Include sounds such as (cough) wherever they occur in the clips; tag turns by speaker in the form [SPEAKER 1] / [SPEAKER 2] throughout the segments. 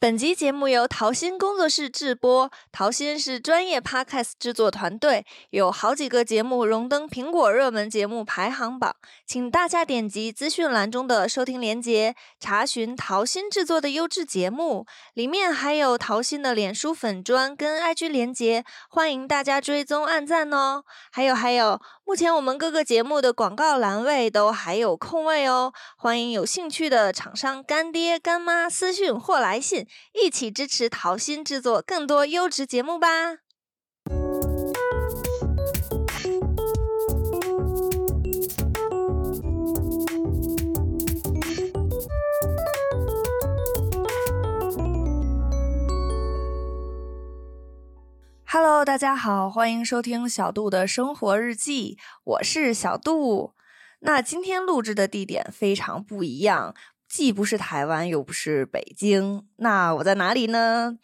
[SPEAKER 1] 本集节目由桃心工作室制播，桃心是专业 podcast 制作团队，有好几个节目荣登苹果热门节目排行榜，请大家点击资讯栏中的收听链接，查询桃心制作的优质节目，里面还有桃心的脸书粉砖跟 IG 连接，欢迎大家追踪按赞哦。还有还有，目前我们各个节目的广告栏位都还有空位哦，欢迎有兴趣的厂商干爹干妈私讯或来信。一起支持桃心制作更多优质节目吧！Hello，大家好，欢迎收听小杜的生活日记，我是小杜。那今天录制的地点非常不一样，既不是台湾，又不是北京。那我在哪里呢？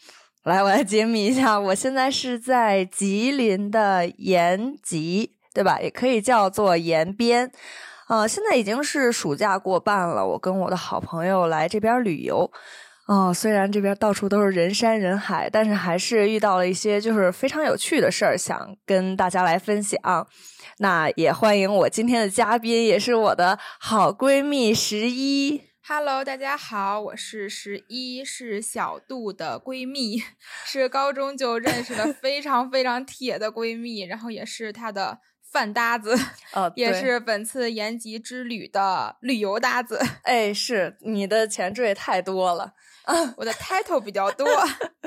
[SPEAKER 1] 来，我来揭秘一下，我现在是在吉林的延吉，对吧？也可以叫做延边。呃，现在已经是暑假过半了，我跟我的好朋友来这边旅游。哦，虽然这边到处都是人山人海，但是还是遇到了一些就是非常有趣的事儿，想跟大家来分享。那也欢迎我今天的嘉宾，也是我的好闺蜜十一。
[SPEAKER 2] Hello，大家好，我是十一，是小杜的闺蜜，是高中就认识的非常非常铁的闺蜜，然后也是她的饭搭子，
[SPEAKER 1] 呃，
[SPEAKER 2] 也
[SPEAKER 1] 对，
[SPEAKER 2] 是本次延吉之旅的旅游搭子。
[SPEAKER 1] 哎，是你的前缀太多了。
[SPEAKER 2] 我的 title 比较多，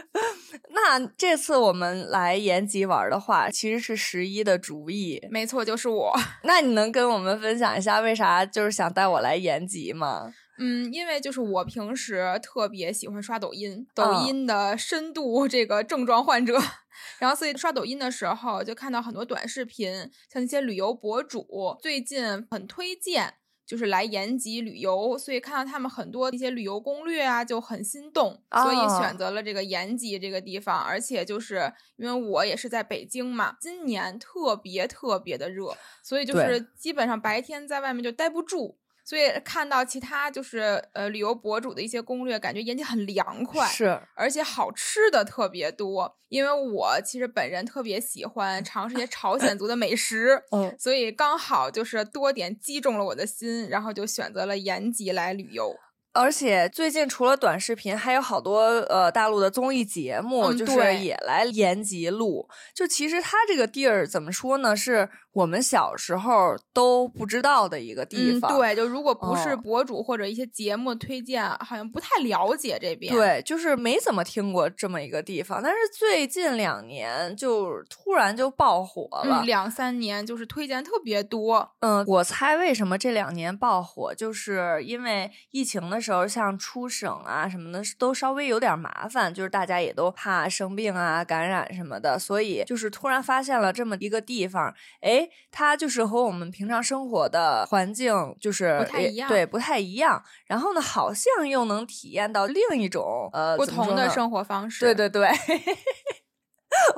[SPEAKER 2] (laughs)
[SPEAKER 1] 那这次我们来延吉玩的话，其实是十一的主意。
[SPEAKER 2] 没错，就是我。
[SPEAKER 1] 那你能跟我们分享一下为啥就是想带我来延吉吗？
[SPEAKER 2] 嗯，因为就是我平时特别喜欢刷抖音，抖
[SPEAKER 1] 嗯
[SPEAKER 2] 音的深度这个症状患者， (laughs) 然后所以刷抖音的时候就看到很多短视频，像那些旅游博主最近很推荐。就是来延吉旅游，所以看到他们很多一些旅游攻略啊，就很心动，所以
[SPEAKER 1] 哦
[SPEAKER 2] 选择了这个延吉这个地方。而且就是因为我也是在北京嘛，今年特别特别的热，所以就
[SPEAKER 1] 对
[SPEAKER 2] 是基本上白天在外面就待不住，所以看到其他就是呃旅游博主的一些攻略，感觉延吉很凉快，
[SPEAKER 1] 是，，
[SPEAKER 2] 而且好吃的特别多。因为我其实本人特别喜欢尝试一些朝鲜族的美食
[SPEAKER 1] 嗯，
[SPEAKER 2] 所以刚好就是多点击中了我的心，然后就选择了延吉来旅游。
[SPEAKER 1] 而且最近除了短视频，还有好多呃大陆的综艺节目，
[SPEAKER 2] 嗯
[SPEAKER 1] 就是
[SPEAKER 2] 对
[SPEAKER 1] 也来延吉录。就其实它这个地儿怎么说呢，是我们小时候都不知道的一个地
[SPEAKER 2] 嗯，
[SPEAKER 1] 方。
[SPEAKER 2] 对，就如果不是
[SPEAKER 1] 哦
[SPEAKER 2] 博主或者一些节目推荐，好像不太了解这边。
[SPEAKER 1] 对，就是没怎么听过这么一个地方，但是最近两年就突然就爆火了
[SPEAKER 2] 嗯，。两三年就是推荐特别多，
[SPEAKER 1] 嗯，我猜为什么这两年爆火，就是因为疫情的时候，像出省啊什么的，都稍微有点麻烦，就是大家也都怕生病啊、感染什么的，所以就是突然发现了这么一个地方，诶，它就是和我们平常生活的环境就是
[SPEAKER 2] 不太
[SPEAKER 1] 也
[SPEAKER 2] 一样
[SPEAKER 1] 对，不太一样。然后呢，好像又能体验到另一种呃
[SPEAKER 2] 不
[SPEAKER 1] 怎么
[SPEAKER 2] 同
[SPEAKER 1] 说
[SPEAKER 2] 的
[SPEAKER 1] 呢
[SPEAKER 2] 生活方式。
[SPEAKER 1] 对对 (laughs) 对。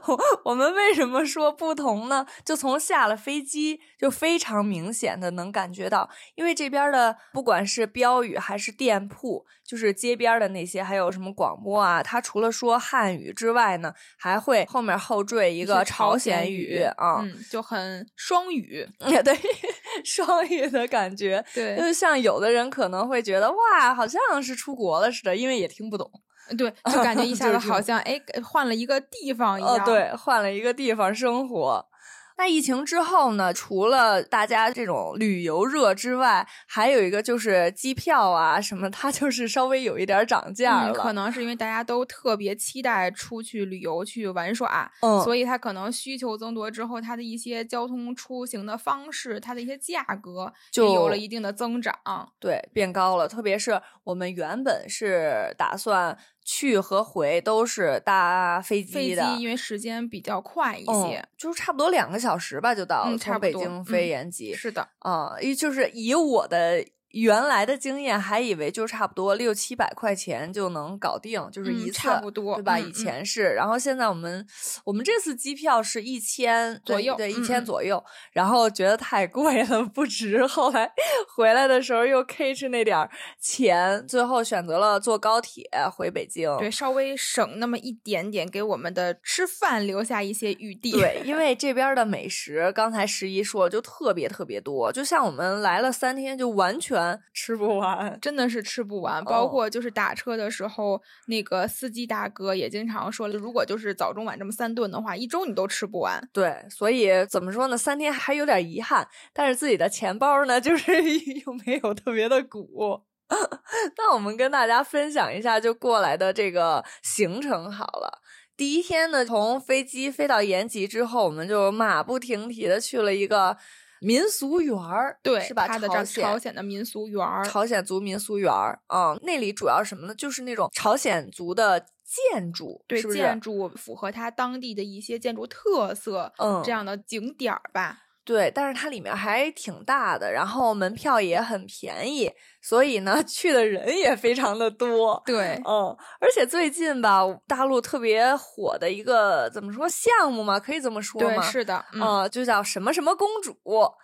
[SPEAKER 1] 我我们为什么说不同呢？就从下了飞机就非常明显的能感觉到，因为这边的不管是标语还是店铺，就是街边的那些，还有什么广播啊，它除了说汉语之外呢，还会后面后缀一
[SPEAKER 2] 一
[SPEAKER 1] 个
[SPEAKER 2] 些
[SPEAKER 1] 朝鲜
[SPEAKER 2] 鲜
[SPEAKER 1] 语啊， (laughs)
[SPEAKER 2] 嗯，就很双语。
[SPEAKER 1] 也、对，双语的感觉。就
[SPEAKER 2] 对
[SPEAKER 1] 是像有的人可能会觉得哇，好像是出国了似的，因为也听不懂。
[SPEAKER 2] 对，就
[SPEAKER 1] (laughs)
[SPEAKER 2] 感觉一
[SPEAKER 1] 就
[SPEAKER 2] 下
[SPEAKER 1] 是
[SPEAKER 2] 子
[SPEAKER 1] 这种
[SPEAKER 2] 好像哎换了一个地方一样。
[SPEAKER 1] 哦，，对，换了一个地方生活。那疫情之后呢？除了大家这种旅游热之外，还有一个就是机票啊什么，它就是稍微有一点儿涨价
[SPEAKER 2] 嗯，
[SPEAKER 1] 了。
[SPEAKER 2] 可能是因为大家都特别期待出去旅游去玩耍，
[SPEAKER 1] 嗯，
[SPEAKER 2] 所以它可能需求增多之后，它的一些交通出行的方式，它的一些价格也
[SPEAKER 1] 就
[SPEAKER 2] 有了一定的增长。
[SPEAKER 1] 对，变高了。特别是我们原本是打算去和回都是搭飞
[SPEAKER 2] 飞
[SPEAKER 1] 机
[SPEAKER 2] 机
[SPEAKER 1] 的，
[SPEAKER 2] 因为时间比较快一
[SPEAKER 1] 嗯
[SPEAKER 2] 些，，
[SPEAKER 1] 就是差不多两个小时吧就到了，
[SPEAKER 2] 嗯
[SPEAKER 1] 从
[SPEAKER 2] 差不
[SPEAKER 1] 北
[SPEAKER 2] 多
[SPEAKER 1] 京飞
[SPEAKER 2] 嗯
[SPEAKER 1] 延吉。
[SPEAKER 2] 是的，
[SPEAKER 1] 啊，因为就是以我的原来的经验还以为就差不多六七百块钱就能搞定，就是
[SPEAKER 2] 嗯
[SPEAKER 1] 一次，
[SPEAKER 2] 差不多
[SPEAKER 1] 对吧？
[SPEAKER 2] 嗯
[SPEAKER 1] 以
[SPEAKER 2] 嗯
[SPEAKER 1] 前是，然后现在我们我们这次机票是一千
[SPEAKER 2] 左右
[SPEAKER 1] 对，
[SPEAKER 2] 嗯
[SPEAKER 1] 一千
[SPEAKER 2] 嗯
[SPEAKER 1] 左右，然后觉得太贵了，不值。后来回来的时候又 K 吃那点儿钱，最后选择了坐高铁回北京。
[SPEAKER 2] 对，稍微省那么一点点，给我们的吃饭留下一些余地。
[SPEAKER 1] 对，因为这边儿的美食，刚才十一说了，就特别特别多，就像我们来了三天，就完全吃不完。
[SPEAKER 2] 真的是吃不完，包
[SPEAKER 1] 哦
[SPEAKER 2] 括就是打车的时候，那个司机大哥也经常说，如果就是早中晚这么三顿的话，一周你都吃不完。
[SPEAKER 1] 对，所以怎么说呢？三天还有点遗憾，但是自己的钱包呢，就是 (laughs) 又没有特别的鼓。 (laughs) 那我们跟大家分享一下就过来的这个行程好了。第一天呢，从飞机飞到延吉之后，我们就马不停蹄的去了一个民俗园儿，
[SPEAKER 2] 对，
[SPEAKER 1] 是吧？
[SPEAKER 2] 他的
[SPEAKER 1] 朝
[SPEAKER 2] 这
[SPEAKER 1] 鲜
[SPEAKER 2] 朝鲜的民俗园儿，
[SPEAKER 1] 朝鲜族民俗园儿啊、那里主要是什么呢？就是那种朝鲜族的建筑，
[SPEAKER 2] 对
[SPEAKER 1] 是不是
[SPEAKER 2] 建筑符合他当地的一些建筑特色，
[SPEAKER 1] 嗯
[SPEAKER 2] 这样的景点儿吧。
[SPEAKER 1] 对，但是它里面还挺大的，然后门票也很便宜，所以呢， (laughs) 去的人也非常的多。
[SPEAKER 2] 对，
[SPEAKER 1] 嗯，而且最近吧，大陆特别火的一个怎么说项目嘛，可以这么说
[SPEAKER 2] 对，
[SPEAKER 1] 吗？
[SPEAKER 2] 是的，嗯，
[SPEAKER 1] 嗯，就叫什么什么公主，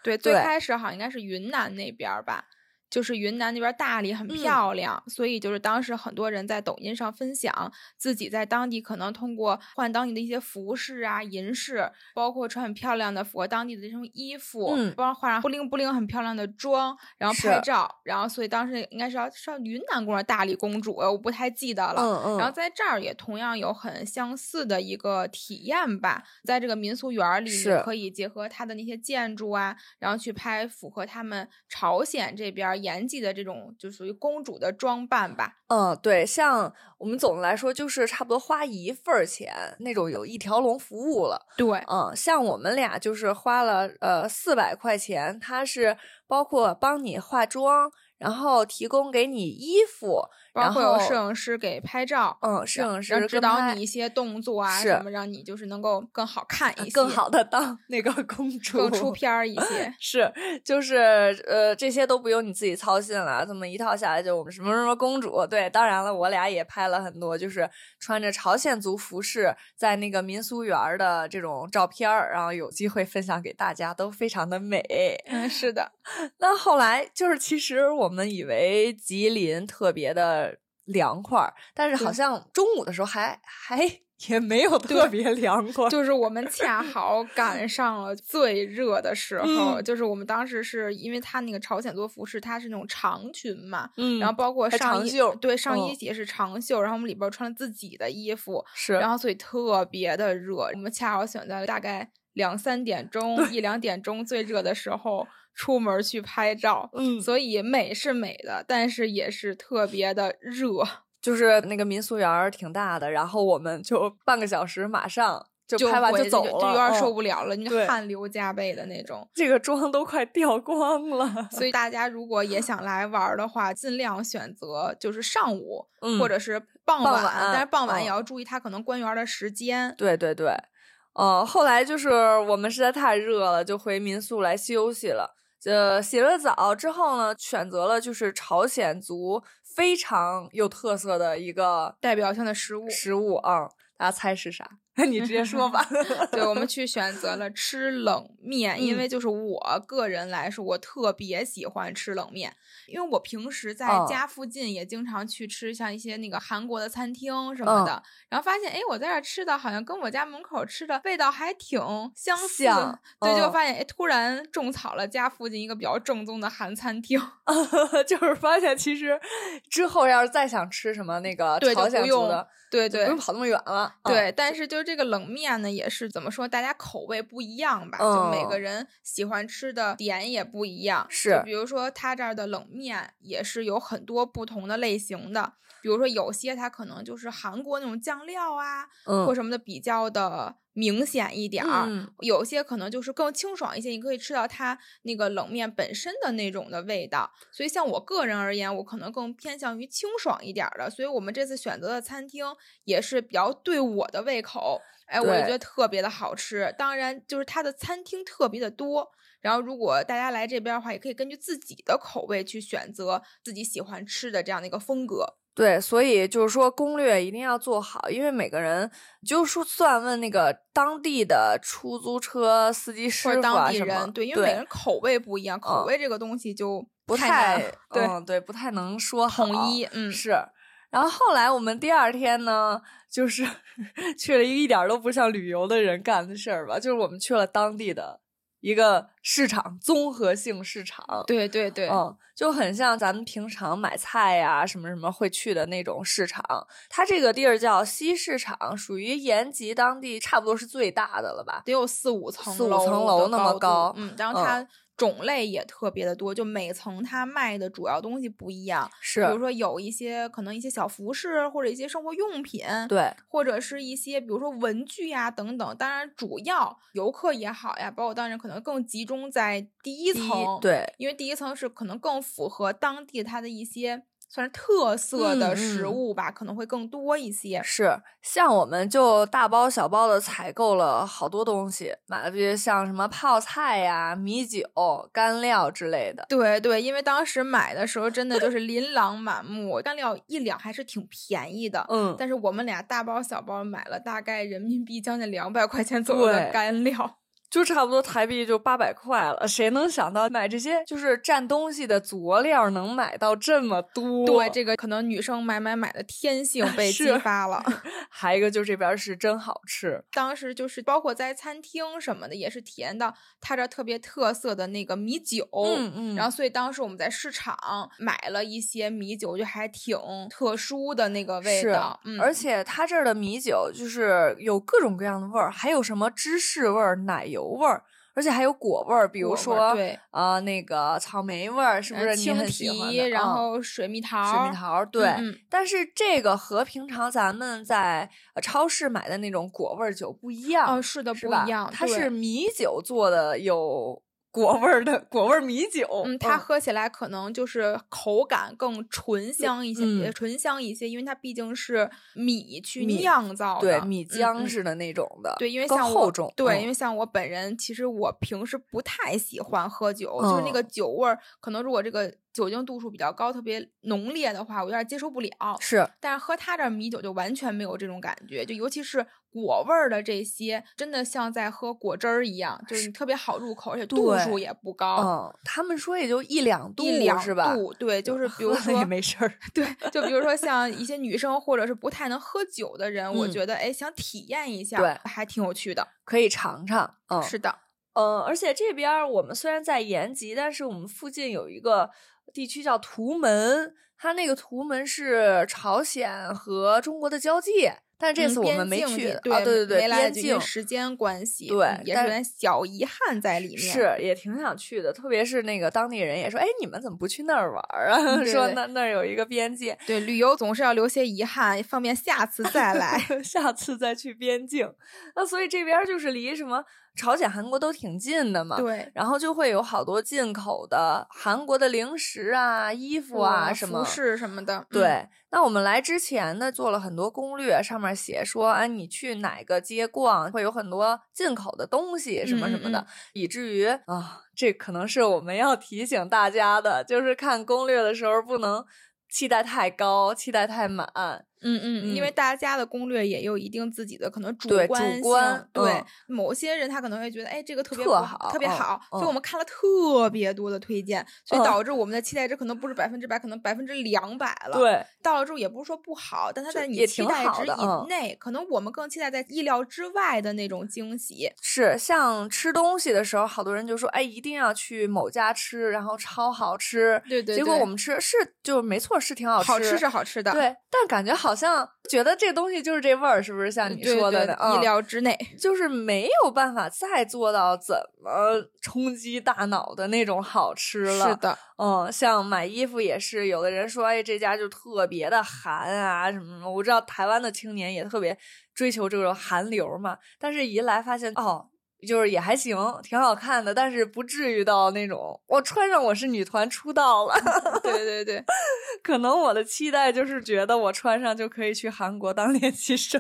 [SPEAKER 2] 对，最
[SPEAKER 1] 对
[SPEAKER 2] 开始好像应该是云南那边儿吧。就是云南那边儿大理很
[SPEAKER 1] 嗯
[SPEAKER 2] 漂亮，所以就是当时很多人在抖音上分享自己在当地可能通过换当地的一些服饰啊、银饰，包括穿很漂亮的符合当地的这种衣服，
[SPEAKER 1] 嗯
[SPEAKER 2] 包括画上布灵布灵很漂亮的妆，然后
[SPEAKER 1] 是
[SPEAKER 2] 拍照，然后所以当时应该是要上云南公主、大理公主，我不太记得了。
[SPEAKER 1] 嗯嗯，
[SPEAKER 2] 然后在这儿也同样有很相似的一个体验吧，在这个民俗园儿里，
[SPEAKER 1] 是
[SPEAKER 2] 你可以结合它的那些建筑啊，然后去拍符合他们朝鲜这边儿延吉的这种就属于公主的装扮吧。
[SPEAKER 1] 嗯，对，像我们总的来说就是差不多花一份儿钱那种有一条龙服务了。
[SPEAKER 2] 对，
[SPEAKER 1] 嗯，像我们俩就是花了呃四百块钱，它是包括帮你化妆，然后提供给你衣服，
[SPEAKER 2] 包
[SPEAKER 1] 然
[SPEAKER 2] 括有
[SPEAKER 1] 后
[SPEAKER 2] 摄影师给拍照，
[SPEAKER 1] 嗯，摄
[SPEAKER 2] 让
[SPEAKER 1] 影
[SPEAKER 2] 让
[SPEAKER 1] 师
[SPEAKER 2] 指
[SPEAKER 1] 跟
[SPEAKER 2] 导
[SPEAKER 1] 拍
[SPEAKER 2] 你一些动作啊
[SPEAKER 1] 是
[SPEAKER 2] 什么，让你就是能够更好看一些，
[SPEAKER 1] 呃更好的当那个公主，。
[SPEAKER 2] 更出片儿一些
[SPEAKER 1] (laughs) 是，就是呃，这些都不用你自己操心了。这么一套下来，就我们什么什么公主，对，当然了，我俩也拍了很多，就是穿着朝鲜族服饰在那个民俗园儿的这种照片儿，然后有机会分享给大家，都非常的美。
[SPEAKER 2] 嗯，是的，
[SPEAKER 1] 那后来就是，其实我们以为吉林特别的凉快儿，但是好
[SPEAKER 2] 对
[SPEAKER 1] 像中午的时候还还也没有特别凉 (laughs) 快儿。
[SPEAKER 2] 就是我们恰好赶上了最热的时候，
[SPEAKER 1] 嗯
[SPEAKER 2] 就是我们当时是因为它那个朝鲜族服饰，它是那种长裙嘛，
[SPEAKER 1] 嗯
[SPEAKER 2] 然后包括
[SPEAKER 1] 还
[SPEAKER 2] 上
[SPEAKER 1] 长
[SPEAKER 2] 衣，
[SPEAKER 1] 袖
[SPEAKER 2] 对，上衣
[SPEAKER 1] 嗯
[SPEAKER 2] 也是长袖，然后我们里边穿了自己的衣服，
[SPEAKER 1] 是，
[SPEAKER 2] 然后所以特别的热，我们恰好选在大概两三点钟、一两点钟最热的时候出门去拍照。
[SPEAKER 1] 嗯，
[SPEAKER 2] 所以美是美的，但是也是特别的热，
[SPEAKER 1] 就是那个民俗园儿挺大的，然后我们就半个小时马上就
[SPEAKER 2] 就
[SPEAKER 1] 拍完
[SPEAKER 2] 回去
[SPEAKER 1] 走
[SPEAKER 2] 就
[SPEAKER 1] 了，
[SPEAKER 2] 有点
[SPEAKER 1] 嗯
[SPEAKER 2] 受不了了，你
[SPEAKER 1] 对
[SPEAKER 2] 汗流浃背的那种。
[SPEAKER 1] 这个妆都快掉光了。
[SPEAKER 2] 所以大家如果也想来玩儿的话，尽量选择就是上午、
[SPEAKER 1] 嗯
[SPEAKER 2] 或者是傍
[SPEAKER 1] 傍
[SPEAKER 2] 晚，
[SPEAKER 1] 晚
[SPEAKER 2] 但是傍晚
[SPEAKER 1] 嗯
[SPEAKER 2] 也要注意它可能关园儿的时间。
[SPEAKER 1] 对对对，呃，后来就是我们实在太热了，就回民宿来休息了。呃，洗了澡之后呢，选择了就是朝鲜族非常有特色的一个
[SPEAKER 2] 代表性的食物，
[SPEAKER 1] 食物啊，大家猜是啥？ (laughs) 你直接说 (laughs) 吧。
[SPEAKER 2] 对，我们去选择了吃冷面，因
[SPEAKER 1] 嗯
[SPEAKER 2] 为就是我个人来说，我特别喜欢吃冷面，因为我平时在
[SPEAKER 1] 哦
[SPEAKER 2] 家附近也经常去吃像一些那个韩国的餐厅什
[SPEAKER 1] 嗯
[SPEAKER 2] 么的，然后发现哎，诶我在这儿吃的好像跟我家门口吃的味道还挺相似，
[SPEAKER 1] 像
[SPEAKER 2] 对，就
[SPEAKER 1] 嗯
[SPEAKER 2] 发现哎，诶突然种草了家附近一个比较正宗的韩餐厅， (laughs)
[SPEAKER 1] 就是发现其实之后要是再想吃什么那个
[SPEAKER 2] 对，就
[SPEAKER 1] 朝鲜
[SPEAKER 2] 不
[SPEAKER 1] 族
[SPEAKER 2] 用
[SPEAKER 1] 的，，
[SPEAKER 2] 对
[SPEAKER 1] 就
[SPEAKER 2] 对
[SPEAKER 1] 不用。跑那么远了。嗯
[SPEAKER 2] 对，但是就是这个冷面呢，也是怎么说，大家口味不一样吧，就每个
[SPEAKER 1] 嗯
[SPEAKER 2] 人喜欢吃的点也不一样。
[SPEAKER 1] 是
[SPEAKER 2] 就比如说他这儿的冷面也是有很多不同的类型的，比如说有些它可能就是韩国那种酱料啊，
[SPEAKER 1] 嗯
[SPEAKER 2] 或什么的比较的明显一点儿，
[SPEAKER 1] 嗯
[SPEAKER 2] 有些可能就是更清爽一些，你可以吃到它那个冷面本身的那种的味道。所以像我个人而言，我可能更偏向于清爽一点儿的。所以我们这次选择的餐厅也是比较对我的胃口，哎，我
[SPEAKER 1] 对
[SPEAKER 2] 也觉得特别的好吃。当然，就是它的餐厅特别的多。然后，如果大家来这边儿的话，也可以根据自己的口味去选择自己喜欢吃的这样的一个风格。
[SPEAKER 1] 对，所以就是说攻略一定要做好，因为每个人就说算问那个当地的出租车司机师
[SPEAKER 2] 或者
[SPEAKER 1] 傅
[SPEAKER 2] 当
[SPEAKER 1] 啊
[SPEAKER 2] 地
[SPEAKER 1] 什么，嗯
[SPEAKER 2] 人，对，因为每个人口味不一样，口味这个东西就
[SPEAKER 1] 不
[SPEAKER 2] 难
[SPEAKER 1] 太
[SPEAKER 2] 对
[SPEAKER 1] 嗯对，不太能说好
[SPEAKER 2] 统一，嗯，
[SPEAKER 1] 是。然后后来我们第二天呢，就是 (laughs) 去了一个一点儿都不像旅游的人干的事儿吧，就是我们去了当地的一个市场，综合性市场。
[SPEAKER 2] 对对对，
[SPEAKER 1] 嗯，就很像咱们平常买菜呀、什么什么会去的那种市场。它这个地儿叫西市场，属于延吉当地差不多是最大的了吧？
[SPEAKER 2] 得有四五层
[SPEAKER 1] 四五
[SPEAKER 2] 楼
[SPEAKER 1] 层
[SPEAKER 2] 的
[SPEAKER 1] 楼那么
[SPEAKER 2] 度
[SPEAKER 1] 高
[SPEAKER 2] 嗯，然
[SPEAKER 1] 嗯
[SPEAKER 2] 后它种类也特别的多，就每层它卖的主要东西不一样，比
[SPEAKER 1] 是
[SPEAKER 2] 如说有一些可能一些小服饰或者一些生活用品，
[SPEAKER 1] 对，
[SPEAKER 2] 或者是一些比如说文具呀、等等。当然，主要游客也好呀，包括当然可能更集中在第一
[SPEAKER 1] 第一
[SPEAKER 2] 层，，
[SPEAKER 1] 对，
[SPEAKER 2] 因为第一层是可能更符合当地它的一些算是特色的
[SPEAKER 1] 嗯
[SPEAKER 2] 食
[SPEAKER 1] 嗯
[SPEAKER 2] 物吧，可能会更多一些。
[SPEAKER 1] 是，像我们就大包小包的采购了好多东西，买了这些像什么泡菜呀、米酒、干料之类的。
[SPEAKER 2] 对对，因为当时买的时候真的就是琳琅满目，干料一两还是挺便宜的。
[SPEAKER 1] 嗯，
[SPEAKER 2] 但是我们俩大包小包买了大概人民币将近两百块钱左右的
[SPEAKER 1] 对
[SPEAKER 2] 干料，
[SPEAKER 1] 就差不多台币就八百块了，谁能想到买这些就是蘸东西的佐料能买到这么多？
[SPEAKER 2] 对这个可能女生买买买的天
[SPEAKER 1] (laughs)
[SPEAKER 2] 性被激
[SPEAKER 1] 是啊
[SPEAKER 2] 发了。
[SPEAKER 1] 还有一个就是这边儿是真好吃，
[SPEAKER 2] 当时就是包括在餐厅什么的，也是体验到它这特别特色的那个米酒。
[SPEAKER 1] 嗯
[SPEAKER 2] 哦然后，所以当时我们在市场买了一些米酒，就还挺特殊的那个味
[SPEAKER 1] 是
[SPEAKER 2] 道。嗯，
[SPEAKER 1] 而且它这儿的米酒就是有各种各样的味儿，还有什么芝士味儿、奶油味儿，而且还有果味儿，比如
[SPEAKER 2] 果味儿
[SPEAKER 1] 说
[SPEAKER 2] 对
[SPEAKER 1] 呃那个草莓味儿，是不
[SPEAKER 2] 呃
[SPEAKER 1] 是你
[SPEAKER 2] 青
[SPEAKER 1] 很喜欢
[SPEAKER 2] 提，
[SPEAKER 1] 的？
[SPEAKER 2] 然
[SPEAKER 1] 嗯
[SPEAKER 2] 后水蜜桃
[SPEAKER 1] 水
[SPEAKER 2] 儿，
[SPEAKER 1] 蜜桃儿，对。
[SPEAKER 2] 嗯嗯
[SPEAKER 1] 但是这个和平常咱们在呃超市买的那种果味儿酒不一样，
[SPEAKER 2] 哦，是的，
[SPEAKER 1] 是
[SPEAKER 2] 不
[SPEAKER 1] 吧？
[SPEAKER 2] 一样，
[SPEAKER 1] 它
[SPEAKER 2] 对
[SPEAKER 1] 是米酒做的，有果味儿的果味儿米酒。
[SPEAKER 2] 嗯，它喝起来可能就是口感更醇香一些，呃
[SPEAKER 1] 嗯
[SPEAKER 2] 醇香一些，因为它毕竟是米去
[SPEAKER 1] 米
[SPEAKER 2] 酿造
[SPEAKER 1] 对
[SPEAKER 2] 的，
[SPEAKER 1] 米
[SPEAKER 2] 嗯
[SPEAKER 1] 浆
[SPEAKER 2] 嗯
[SPEAKER 1] 似的那种的，
[SPEAKER 2] 对，因为
[SPEAKER 1] 更
[SPEAKER 2] 像
[SPEAKER 1] 厚
[SPEAKER 2] 我
[SPEAKER 1] 重，
[SPEAKER 2] 对，
[SPEAKER 1] 嗯
[SPEAKER 2] 因为像我本人，其实我平时不太喜欢喝酒，就是那
[SPEAKER 1] 嗯
[SPEAKER 2] 个酒味儿，可能如果这个酒精度数比较高、特别浓烈的话，我有点接受不了。
[SPEAKER 1] 是
[SPEAKER 2] 但是喝它这米酒就完全没有这种感觉，就尤其是果味儿的这些，真的像在喝果汁儿一样，就是你特别好入口，而且度
[SPEAKER 1] 对
[SPEAKER 2] 数也不高。
[SPEAKER 1] 嗯，他们说也就一两度
[SPEAKER 2] 一两
[SPEAKER 1] 是吧？
[SPEAKER 2] 度，对，就是比如
[SPEAKER 1] 喝了
[SPEAKER 2] 说
[SPEAKER 1] 也，没事儿，
[SPEAKER 2] 对，就比如说像一些女生或者是不太能喝酒的人，我
[SPEAKER 1] 嗯
[SPEAKER 2] 觉得哎，想体验一下，
[SPEAKER 1] 对
[SPEAKER 2] 还挺有趣的。
[SPEAKER 1] 可以尝尝。嗯，
[SPEAKER 2] 是的，
[SPEAKER 1] 嗯，而且这边儿我们虽然在延吉，但是我们附近有一个地区叫图门，它那个图门是朝鲜和中国的交界，但是这
[SPEAKER 2] 嗯
[SPEAKER 1] 次我
[SPEAKER 2] 边
[SPEAKER 1] 们没
[SPEAKER 2] 境
[SPEAKER 1] 去
[SPEAKER 2] 地
[SPEAKER 1] 啊，
[SPEAKER 2] 对
[SPEAKER 1] 对对对，
[SPEAKER 2] 没来
[SPEAKER 1] 边
[SPEAKER 2] 得及因为
[SPEAKER 1] 境
[SPEAKER 2] 时间关系，
[SPEAKER 1] 对
[SPEAKER 2] 嗯也是
[SPEAKER 1] 但
[SPEAKER 2] 有点小遗憾在里面。
[SPEAKER 1] 是也挺想去的，特别是那个当地人也说，哎，你们怎么不去那儿玩儿啊？
[SPEAKER 2] 嗯对
[SPEAKER 1] 说
[SPEAKER 2] 对
[SPEAKER 1] 那那儿有一个边界，
[SPEAKER 2] 对旅游总是要留些遗憾，方便下次再
[SPEAKER 1] (laughs)
[SPEAKER 2] 来。
[SPEAKER 1] 下次再去边境。那所以这边儿就是离什么朝鲜、韩国都挺近的嘛。
[SPEAKER 2] 对，
[SPEAKER 1] 然后就会有好多进口的韩国的零食啊、衣服啊
[SPEAKER 2] 哇
[SPEAKER 1] 什么
[SPEAKER 2] 哦服。饰什么的，嗯，
[SPEAKER 1] 对，那我们来之前呢，做了很多攻略，上面写说，哎，你去哪个街逛，会有很多进口的东西，什么什么的，
[SPEAKER 2] 嗯嗯
[SPEAKER 1] 以至于啊，这可能是我们要提醒大家的，就是看攻略的时候不能期待太高，期待太满。
[SPEAKER 2] 嗯嗯，因为
[SPEAKER 1] 嗯
[SPEAKER 2] 大家的攻略也有一定自己的可能主
[SPEAKER 1] 对主
[SPEAKER 2] 观性，
[SPEAKER 1] 观
[SPEAKER 2] 对
[SPEAKER 1] 嗯
[SPEAKER 2] 某些人他可能会觉得，哎，这个特别
[SPEAKER 1] 特
[SPEAKER 2] 不
[SPEAKER 1] 好
[SPEAKER 2] 特别
[SPEAKER 1] 嗯
[SPEAKER 2] 好，所以我
[SPEAKER 1] 嗯
[SPEAKER 2] 们看了特别多的推荐，所以
[SPEAKER 1] 嗯
[SPEAKER 2] 导致我们的期待值可能不是百分之百，可能百分之两百了。
[SPEAKER 1] 对，
[SPEAKER 2] 到了之后也不是说不好，但它
[SPEAKER 1] 就
[SPEAKER 2] 在你
[SPEAKER 1] 也
[SPEAKER 2] 期
[SPEAKER 1] 挺
[SPEAKER 2] 待
[SPEAKER 1] 好
[SPEAKER 2] 值
[SPEAKER 1] 的嗯
[SPEAKER 2] 以内，可能我们更期待在意料之外的那种惊喜。
[SPEAKER 1] 是像吃东西的时候，好多人就说，哎，一定要去某家吃，然后超好吃。
[SPEAKER 2] 对对
[SPEAKER 1] 结果
[SPEAKER 2] 对
[SPEAKER 1] 我们吃是就没错，是挺好吃，
[SPEAKER 2] 好吃是好吃的，
[SPEAKER 1] 对，但感觉好好像觉得这东西就是这味儿，是不是像你
[SPEAKER 2] 呃对
[SPEAKER 1] 说的
[SPEAKER 2] 对
[SPEAKER 1] 呢？嗯
[SPEAKER 2] 意料之内。
[SPEAKER 1] 就是没有办法再做到怎么冲击大脑的那种好吃了。
[SPEAKER 2] 是，的， (laughs)
[SPEAKER 1] 嗯，像买衣服也是，有的人说，哎，这家就特别的韩啊，什么什么。我知道台湾的青年也特别追求这种韩流嘛，但是一来发现，哦。就是也还行，挺好看的，但是不至于到那种我穿上我是女团出道了。 (laughs)
[SPEAKER 2] 对对对，
[SPEAKER 1] 可能我的期待就是觉得我穿上就可以去韩国当练习生，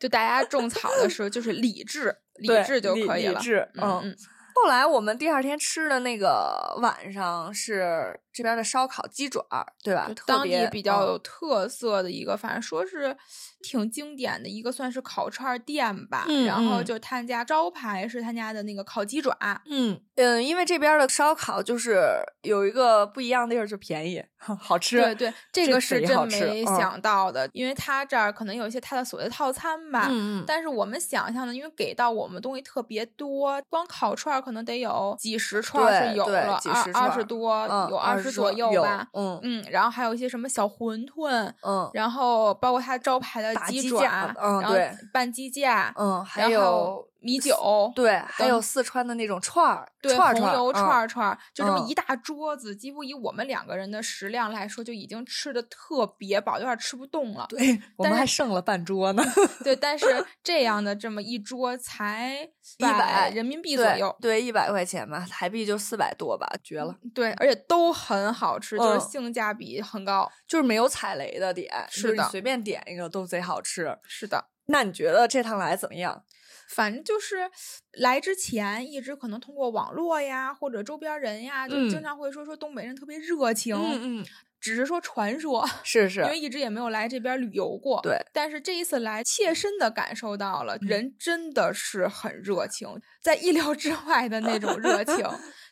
[SPEAKER 2] 就大家种草的时候就是
[SPEAKER 1] (laughs)
[SPEAKER 2] 理智，理
[SPEAKER 1] 对
[SPEAKER 2] 智就
[SPEAKER 1] 理
[SPEAKER 2] 可以
[SPEAKER 1] 理
[SPEAKER 2] 了。
[SPEAKER 1] 智，
[SPEAKER 2] 嗯嗯，
[SPEAKER 1] 后来我们第二天吃的那个晚上是这边的烧烤鸡爪儿，对吧
[SPEAKER 2] 就？
[SPEAKER 1] 特
[SPEAKER 2] 当地
[SPEAKER 1] 别
[SPEAKER 2] 比较有
[SPEAKER 1] 嗯
[SPEAKER 2] 特色的一个，反正说是挺经典的一个，算是烤串儿店吧。
[SPEAKER 1] 嗯
[SPEAKER 2] 然后
[SPEAKER 1] 嗯
[SPEAKER 2] 就他家招牌是他家的那个烤鸡爪，
[SPEAKER 1] 嗯嗯，因为这边的烧烤就是有一个不一样的地儿，就便宜， (laughs) 好吃。
[SPEAKER 2] 对对，这
[SPEAKER 1] 这
[SPEAKER 2] 个
[SPEAKER 1] 个
[SPEAKER 2] 是
[SPEAKER 1] 贼
[SPEAKER 2] 真
[SPEAKER 1] 好吃
[SPEAKER 2] 没
[SPEAKER 1] 嗯
[SPEAKER 2] 想到的，因为他这儿可能有一些他的所谓的套餐吧。
[SPEAKER 1] 嗯嗯，
[SPEAKER 2] 但是我们想象的，因为给到我们东西特别多，光烤串儿可能得有几十串儿是
[SPEAKER 1] 对
[SPEAKER 2] 有
[SPEAKER 1] 对
[SPEAKER 2] 了，
[SPEAKER 1] 几
[SPEAKER 2] 二
[SPEAKER 1] 十
[SPEAKER 2] 二
[SPEAKER 1] 串
[SPEAKER 2] 十
[SPEAKER 1] 儿
[SPEAKER 2] 多，
[SPEAKER 1] 嗯
[SPEAKER 2] 有
[SPEAKER 1] 二
[SPEAKER 2] 十左右
[SPEAKER 1] 有
[SPEAKER 2] 吧。
[SPEAKER 1] 嗯
[SPEAKER 2] 嗯，然后还有一些什么小馄饨，
[SPEAKER 1] 嗯
[SPEAKER 2] 然后包括它招牌的
[SPEAKER 1] 打
[SPEAKER 2] 鸡
[SPEAKER 1] 鸡
[SPEAKER 2] 爪，
[SPEAKER 1] 架嗯
[SPEAKER 2] 然后
[SPEAKER 1] 对
[SPEAKER 2] 拌鸡架，
[SPEAKER 1] 嗯，还
[SPEAKER 2] 然
[SPEAKER 1] 有
[SPEAKER 2] 后米酒，
[SPEAKER 1] 对，还
[SPEAKER 2] 等
[SPEAKER 1] 有四川的那种串儿，
[SPEAKER 2] 对，
[SPEAKER 1] 串儿
[SPEAKER 2] 红
[SPEAKER 1] 串
[SPEAKER 2] 油
[SPEAKER 1] 儿
[SPEAKER 2] 串
[SPEAKER 1] 嗯
[SPEAKER 2] 儿串儿，就这么
[SPEAKER 1] 嗯
[SPEAKER 2] 一大桌子，几乎以我们两个人的食量来说，就已经吃的特别饱，有点吃不动了。
[SPEAKER 1] 对，哎我
[SPEAKER 2] 但
[SPEAKER 1] 们
[SPEAKER 2] 是
[SPEAKER 1] 还剩了半桌呢，
[SPEAKER 2] 对，但
[SPEAKER 1] (laughs)
[SPEAKER 2] 是这样的这么一桌才
[SPEAKER 1] 100
[SPEAKER 2] 人民币左
[SPEAKER 1] 对
[SPEAKER 2] 右，嗯
[SPEAKER 1] 对，一百块钱吧，台币就四百多吧，绝了，
[SPEAKER 2] 对，而且都很好吃，就是
[SPEAKER 1] 嗯
[SPEAKER 2] 性价比很高。
[SPEAKER 1] 就是没有踩雷的点，
[SPEAKER 2] 是
[SPEAKER 1] 就是你
[SPEAKER 2] 的
[SPEAKER 1] 随便点一个都贼好吃。
[SPEAKER 2] 是的。
[SPEAKER 1] 那你觉得这趟来怎么样？
[SPEAKER 2] 反正就是来之前一直可能通过网络呀，或者周边人呀，就经
[SPEAKER 1] 嗯
[SPEAKER 2] 常会说说东北人特别热情，
[SPEAKER 1] 嗯嗯，
[SPEAKER 2] 只是说传说，
[SPEAKER 1] 是
[SPEAKER 2] 因
[SPEAKER 1] 是，
[SPEAKER 2] 为一直也没有来这边旅游过。
[SPEAKER 1] 对，
[SPEAKER 2] 但是这一次来，切身的感受到了
[SPEAKER 1] 嗯
[SPEAKER 2] 人真的是很热情，在意料之外的那种
[SPEAKER 1] (laughs)
[SPEAKER 2] 热情。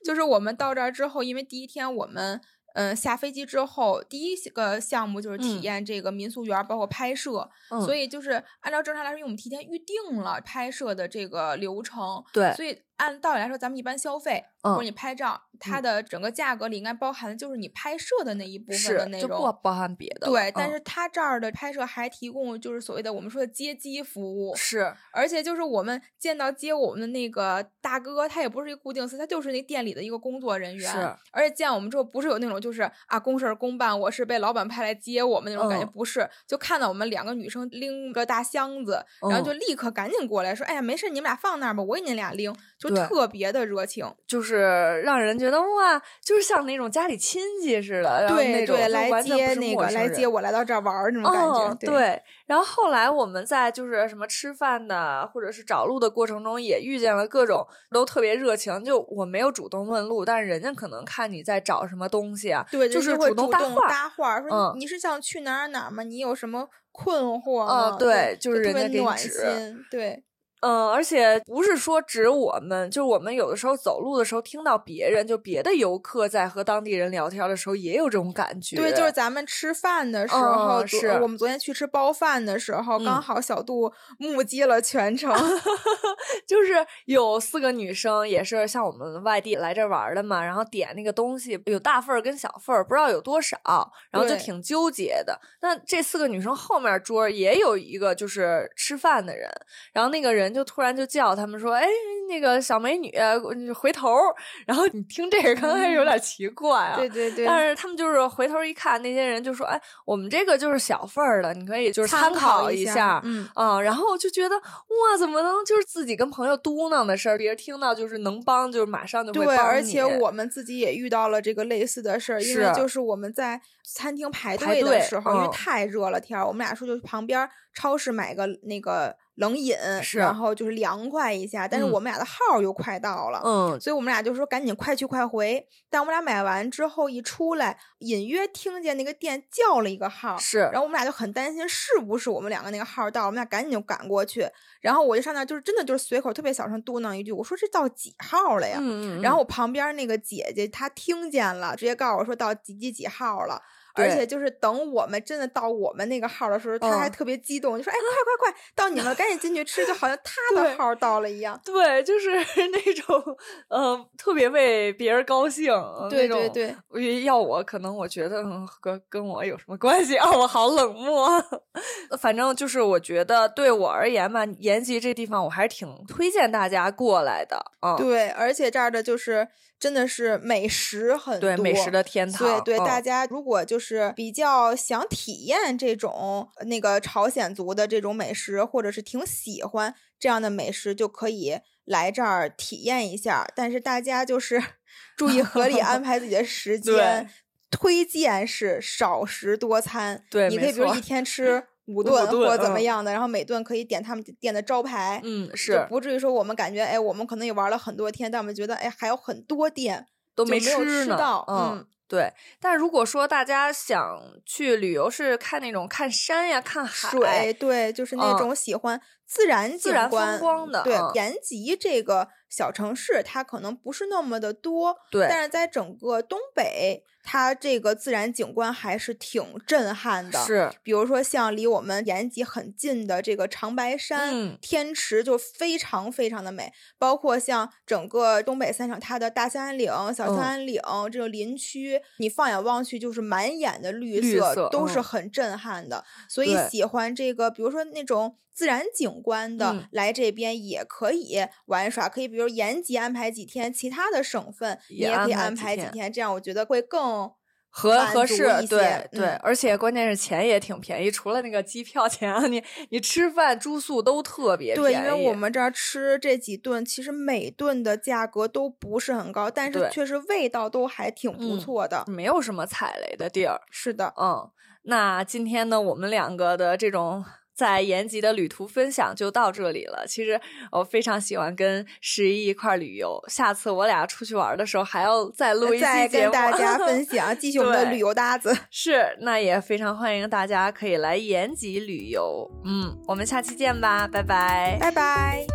[SPEAKER 2] 就是我们到这儿之后，因为第一天我们。嗯，下飞机之后，第一个项目就是体
[SPEAKER 1] 嗯
[SPEAKER 2] 验这个民宿园儿，包括拍摄。所
[SPEAKER 1] 以
[SPEAKER 2] 以就是按照正常来说，因为我们提前预定了拍摄的这个流程，
[SPEAKER 1] 对，
[SPEAKER 2] 所以按道理来说，咱们一般消费、或者
[SPEAKER 1] 嗯
[SPEAKER 2] 你拍照，它
[SPEAKER 1] 嗯
[SPEAKER 2] 的整个价格里应该包含的就是你拍摄的那一部分的内
[SPEAKER 1] 是就不
[SPEAKER 2] 容。
[SPEAKER 1] 包含别的了，
[SPEAKER 2] 对，但
[SPEAKER 1] 嗯
[SPEAKER 2] 是它这儿的拍摄还提供就是所谓的我们说的接机服务，
[SPEAKER 1] 是
[SPEAKER 2] 而且就是我们见到接我们的那个大哥，他也不是一个固定司，他就是那店里的一个工作人员。
[SPEAKER 1] 是
[SPEAKER 2] 而且见我们之后，不是有那种就是啊公事儿公办，我是被老板派来接我们那种感觉，
[SPEAKER 1] 嗯
[SPEAKER 2] 不是。就看到我们两个女生拎个大箱子，然后
[SPEAKER 1] 嗯
[SPEAKER 2] 就立刻赶紧过来说：“哎呀，没事，你们俩放那儿吧，我给你俩拎。”就
[SPEAKER 1] 对
[SPEAKER 2] 特别的热情。
[SPEAKER 1] 就是让人觉得哇，就是像那种家里亲戚似的，然后
[SPEAKER 2] 对
[SPEAKER 1] 啊那种
[SPEAKER 2] 对，
[SPEAKER 1] 就
[SPEAKER 2] 来
[SPEAKER 1] 完全不
[SPEAKER 2] 接
[SPEAKER 1] 是
[SPEAKER 2] 那
[SPEAKER 1] 陌
[SPEAKER 2] 个
[SPEAKER 1] 生
[SPEAKER 2] 来
[SPEAKER 1] 人
[SPEAKER 2] 接我来到这儿玩儿那种感觉。
[SPEAKER 1] 嗯，对。然后后来我们在就是什么吃饭的或者是找路的过程中，也遇见了各种都特别热情。就我没有主动问路，但是人家可能看你在找什么东西啊，
[SPEAKER 2] 对，
[SPEAKER 1] 就
[SPEAKER 2] 人
[SPEAKER 1] 是
[SPEAKER 2] 会
[SPEAKER 1] 主动
[SPEAKER 2] 主
[SPEAKER 1] 搭
[SPEAKER 2] 动
[SPEAKER 1] 话
[SPEAKER 2] 搭话儿，说
[SPEAKER 1] 嗯
[SPEAKER 2] 你你是想去哪儿哪儿吗？你有什么困惑
[SPEAKER 1] 啊
[SPEAKER 2] 吗？
[SPEAKER 1] 对就是
[SPEAKER 2] 特
[SPEAKER 1] 人
[SPEAKER 2] 别
[SPEAKER 1] 家给你
[SPEAKER 2] 暖
[SPEAKER 1] 指
[SPEAKER 2] 心，对
[SPEAKER 1] 嗯，而且不是说指我们，就是我们有的时候走路的时候听到别人，就别的游客在和当地人聊天的时候，也有这种感觉。
[SPEAKER 2] 对，就是咱们吃饭的时候，
[SPEAKER 1] 嗯
[SPEAKER 2] 昨
[SPEAKER 1] 是
[SPEAKER 2] 我们昨天去吃包饭的时候，刚
[SPEAKER 1] 嗯
[SPEAKER 2] 好小杜目击了全
[SPEAKER 1] (laughs)
[SPEAKER 2] 程，
[SPEAKER 1] 就是有四个女生，也是像我们外地来这玩儿的嘛，然后点那个东西有大份儿跟小份儿，不知道有多少，然后就
[SPEAKER 2] 对
[SPEAKER 1] 挺纠结的。那这四个女生后面桌儿也有一个就是吃饭的人，然后那个人就突然就叫他们说：“哎，那个小美女，你回头儿。”然后你听这个刚开始有点奇怪啊，
[SPEAKER 2] 嗯对对对，
[SPEAKER 1] 但是他们就是回头一看，那些人就说：“哎，我们这个就是小份儿的，你可以就是参
[SPEAKER 2] 考
[SPEAKER 1] 一
[SPEAKER 2] 下，嗯。
[SPEAKER 1] 啊、然后我就觉得哇，怎么能就是自己跟朋友嘟囔的事儿，别人听到就是能帮，就是马上就会
[SPEAKER 2] 对，
[SPEAKER 1] 帮
[SPEAKER 2] 而
[SPEAKER 1] 你
[SPEAKER 2] 且我们自己也遇到了这个类似的事儿，因为
[SPEAKER 1] 是
[SPEAKER 2] 就是我们在餐厅排
[SPEAKER 1] 排
[SPEAKER 2] 队的
[SPEAKER 1] 队
[SPEAKER 2] 时候，因为
[SPEAKER 1] 嗯
[SPEAKER 2] 太热了天儿，我们俩说就去旁边儿超市买个那个冷饮，
[SPEAKER 1] 是
[SPEAKER 2] 然后就是凉快一下。但是
[SPEAKER 1] 嗯
[SPEAKER 2] 我们俩的号儿又快到了，
[SPEAKER 1] 嗯，
[SPEAKER 2] 所以我们俩就说赶紧快去快回。但我们俩买完之后一出来，隐约听见那个店叫了一个号，
[SPEAKER 1] 是
[SPEAKER 2] 然后我们俩就很担心是不是我们两个那个号到，我们俩赶紧就赶过去。然后我就上那儿，就是真的就是随口特别小声嘟囔一句，我说这到几号了呀？
[SPEAKER 1] 嗯嗯，
[SPEAKER 2] 然后我旁边那个姐姐她听见了，直接告诉我说到几几几号了。而
[SPEAKER 1] 对
[SPEAKER 2] 且就是等我们真的到我们那个号的时候，他还
[SPEAKER 1] 嗯
[SPEAKER 2] 特别激动，就说：“哎，快快快，到你们赶紧进去吃，就好像他
[SPEAKER 1] 对
[SPEAKER 2] 的号到了一样。”
[SPEAKER 1] 对，就是 (laughs) 那种呃，特别为别人高兴，
[SPEAKER 2] 对对，对，
[SPEAKER 1] 我觉得要我，可能我觉得嗯跟跟我有什么关系啊？ (laughs) 我好冷漠。啊呃反正就是我觉得对我而言吧，延吉这地方我还是挺推荐大家过来的。嗯，
[SPEAKER 2] 对，而且这儿的就是真的是美食很多，
[SPEAKER 1] 对美食的天堂。
[SPEAKER 2] 对对，
[SPEAKER 1] 嗯
[SPEAKER 2] 大家如果就是比较想体验这种呃那个朝鲜族的这种美食，或者是挺喜欢这样的美食，就可以来这儿体验一下。但是大家就是 (laughs) 注意合理安排自己的
[SPEAKER 1] (laughs)
[SPEAKER 2] 时
[SPEAKER 1] 对
[SPEAKER 2] 间，推荐是少食多餐。
[SPEAKER 1] 对
[SPEAKER 2] 你
[SPEAKER 1] 没
[SPEAKER 2] 可以比如
[SPEAKER 1] 错
[SPEAKER 2] 一天吃五
[SPEAKER 1] 顿
[SPEAKER 2] 顿或怎
[SPEAKER 1] 嗯
[SPEAKER 2] 么样的，然后每顿可以点他们店的招牌。
[SPEAKER 1] 嗯
[SPEAKER 2] 就是不至于说我们感觉哎，我们可能也玩了很多天，但我们觉得哎还有很多店
[SPEAKER 1] 都
[SPEAKER 2] 就
[SPEAKER 1] 没
[SPEAKER 2] 没有吃
[SPEAKER 1] 呢。
[SPEAKER 2] 到
[SPEAKER 1] 嗯。
[SPEAKER 2] 嗯
[SPEAKER 1] 对，但如果说大家想去旅游，是看那种看山呀、看海、
[SPEAKER 2] 水，哎对，就是那
[SPEAKER 1] 嗯
[SPEAKER 2] 种喜欢自然
[SPEAKER 1] 自
[SPEAKER 2] 景
[SPEAKER 1] 然风
[SPEAKER 2] 观
[SPEAKER 1] 光的
[SPEAKER 2] 对
[SPEAKER 1] 嗯，
[SPEAKER 2] 延吉这个小城市它可能不是那么的多，
[SPEAKER 1] 对，
[SPEAKER 2] 但是在整个东北，它这个自然景观还是挺震撼的。。
[SPEAKER 1] 是
[SPEAKER 2] 比如说，像离我们延吉很近的这个长白山、
[SPEAKER 1] 嗯
[SPEAKER 2] 天池，就非常非常的美。包括像整个东北三省，它的大兴安岭、小兴
[SPEAKER 1] 嗯
[SPEAKER 2] 安岭、这种林区，你放眼望去就是满眼的绿
[SPEAKER 1] 绿
[SPEAKER 2] 色，
[SPEAKER 1] 色
[SPEAKER 2] 都是
[SPEAKER 1] 嗯
[SPEAKER 2] 很震撼的。所以
[SPEAKER 1] 对
[SPEAKER 2] 喜欢这个，比如说那种自然景观的，
[SPEAKER 1] 嗯
[SPEAKER 2] 来这边也可以玩耍，可以比如延吉安排几天，其他的省份你
[SPEAKER 1] 也
[SPEAKER 2] 也可以
[SPEAKER 1] 安
[SPEAKER 2] 安
[SPEAKER 1] 排
[SPEAKER 2] 排
[SPEAKER 1] 几
[SPEAKER 2] 几
[SPEAKER 1] 天
[SPEAKER 2] 天，这样我觉得会更。
[SPEAKER 1] 合
[SPEAKER 2] 满
[SPEAKER 1] 合
[SPEAKER 2] 足
[SPEAKER 1] 适，
[SPEAKER 2] 一
[SPEAKER 1] 对
[SPEAKER 2] 些
[SPEAKER 1] 对，
[SPEAKER 2] 嗯
[SPEAKER 1] 而且关键是钱也挺便宜，除了那个机票钱啊，你你吃饭住宿都特别便
[SPEAKER 2] 对，
[SPEAKER 1] 宜。
[SPEAKER 2] 因为我们这儿吃这几顿，其实每顿的价格都不是很高，但
[SPEAKER 1] 对
[SPEAKER 2] 是确实味道都还挺不
[SPEAKER 1] 嗯
[SPEAKER 2] 错的。
[SPEAKER 1] 没有什么踩雷的地儿。
[SPEAKER 2] 是的，
[SPEAKER 1] 嗯，那今天呢，我们两个的这种。在延吉的旅途分享就到这里了。其实我非常喜欢跟十一一块儿旅游，下次我俩出去玩的时候还要再录一期
[SPEAKER 2] 再
[SPEAKER 1] 节
[SPEAKER 2] 跟
[SPEAKER 1] 目。
[SPEAKER 2] 大
[SPEAKER 1] (laughs)
[SPEAKER 2] 家分享，继续我们的
[SPEAKER 1] 对
[SPEAKER 2] 旅游搭子。
[SPEAKER 1] 是，那也非常欢迎大家可以来延吉旅游。嗯，我们下期见吧，拜拜。
[SPEAKER 2] 拜拜。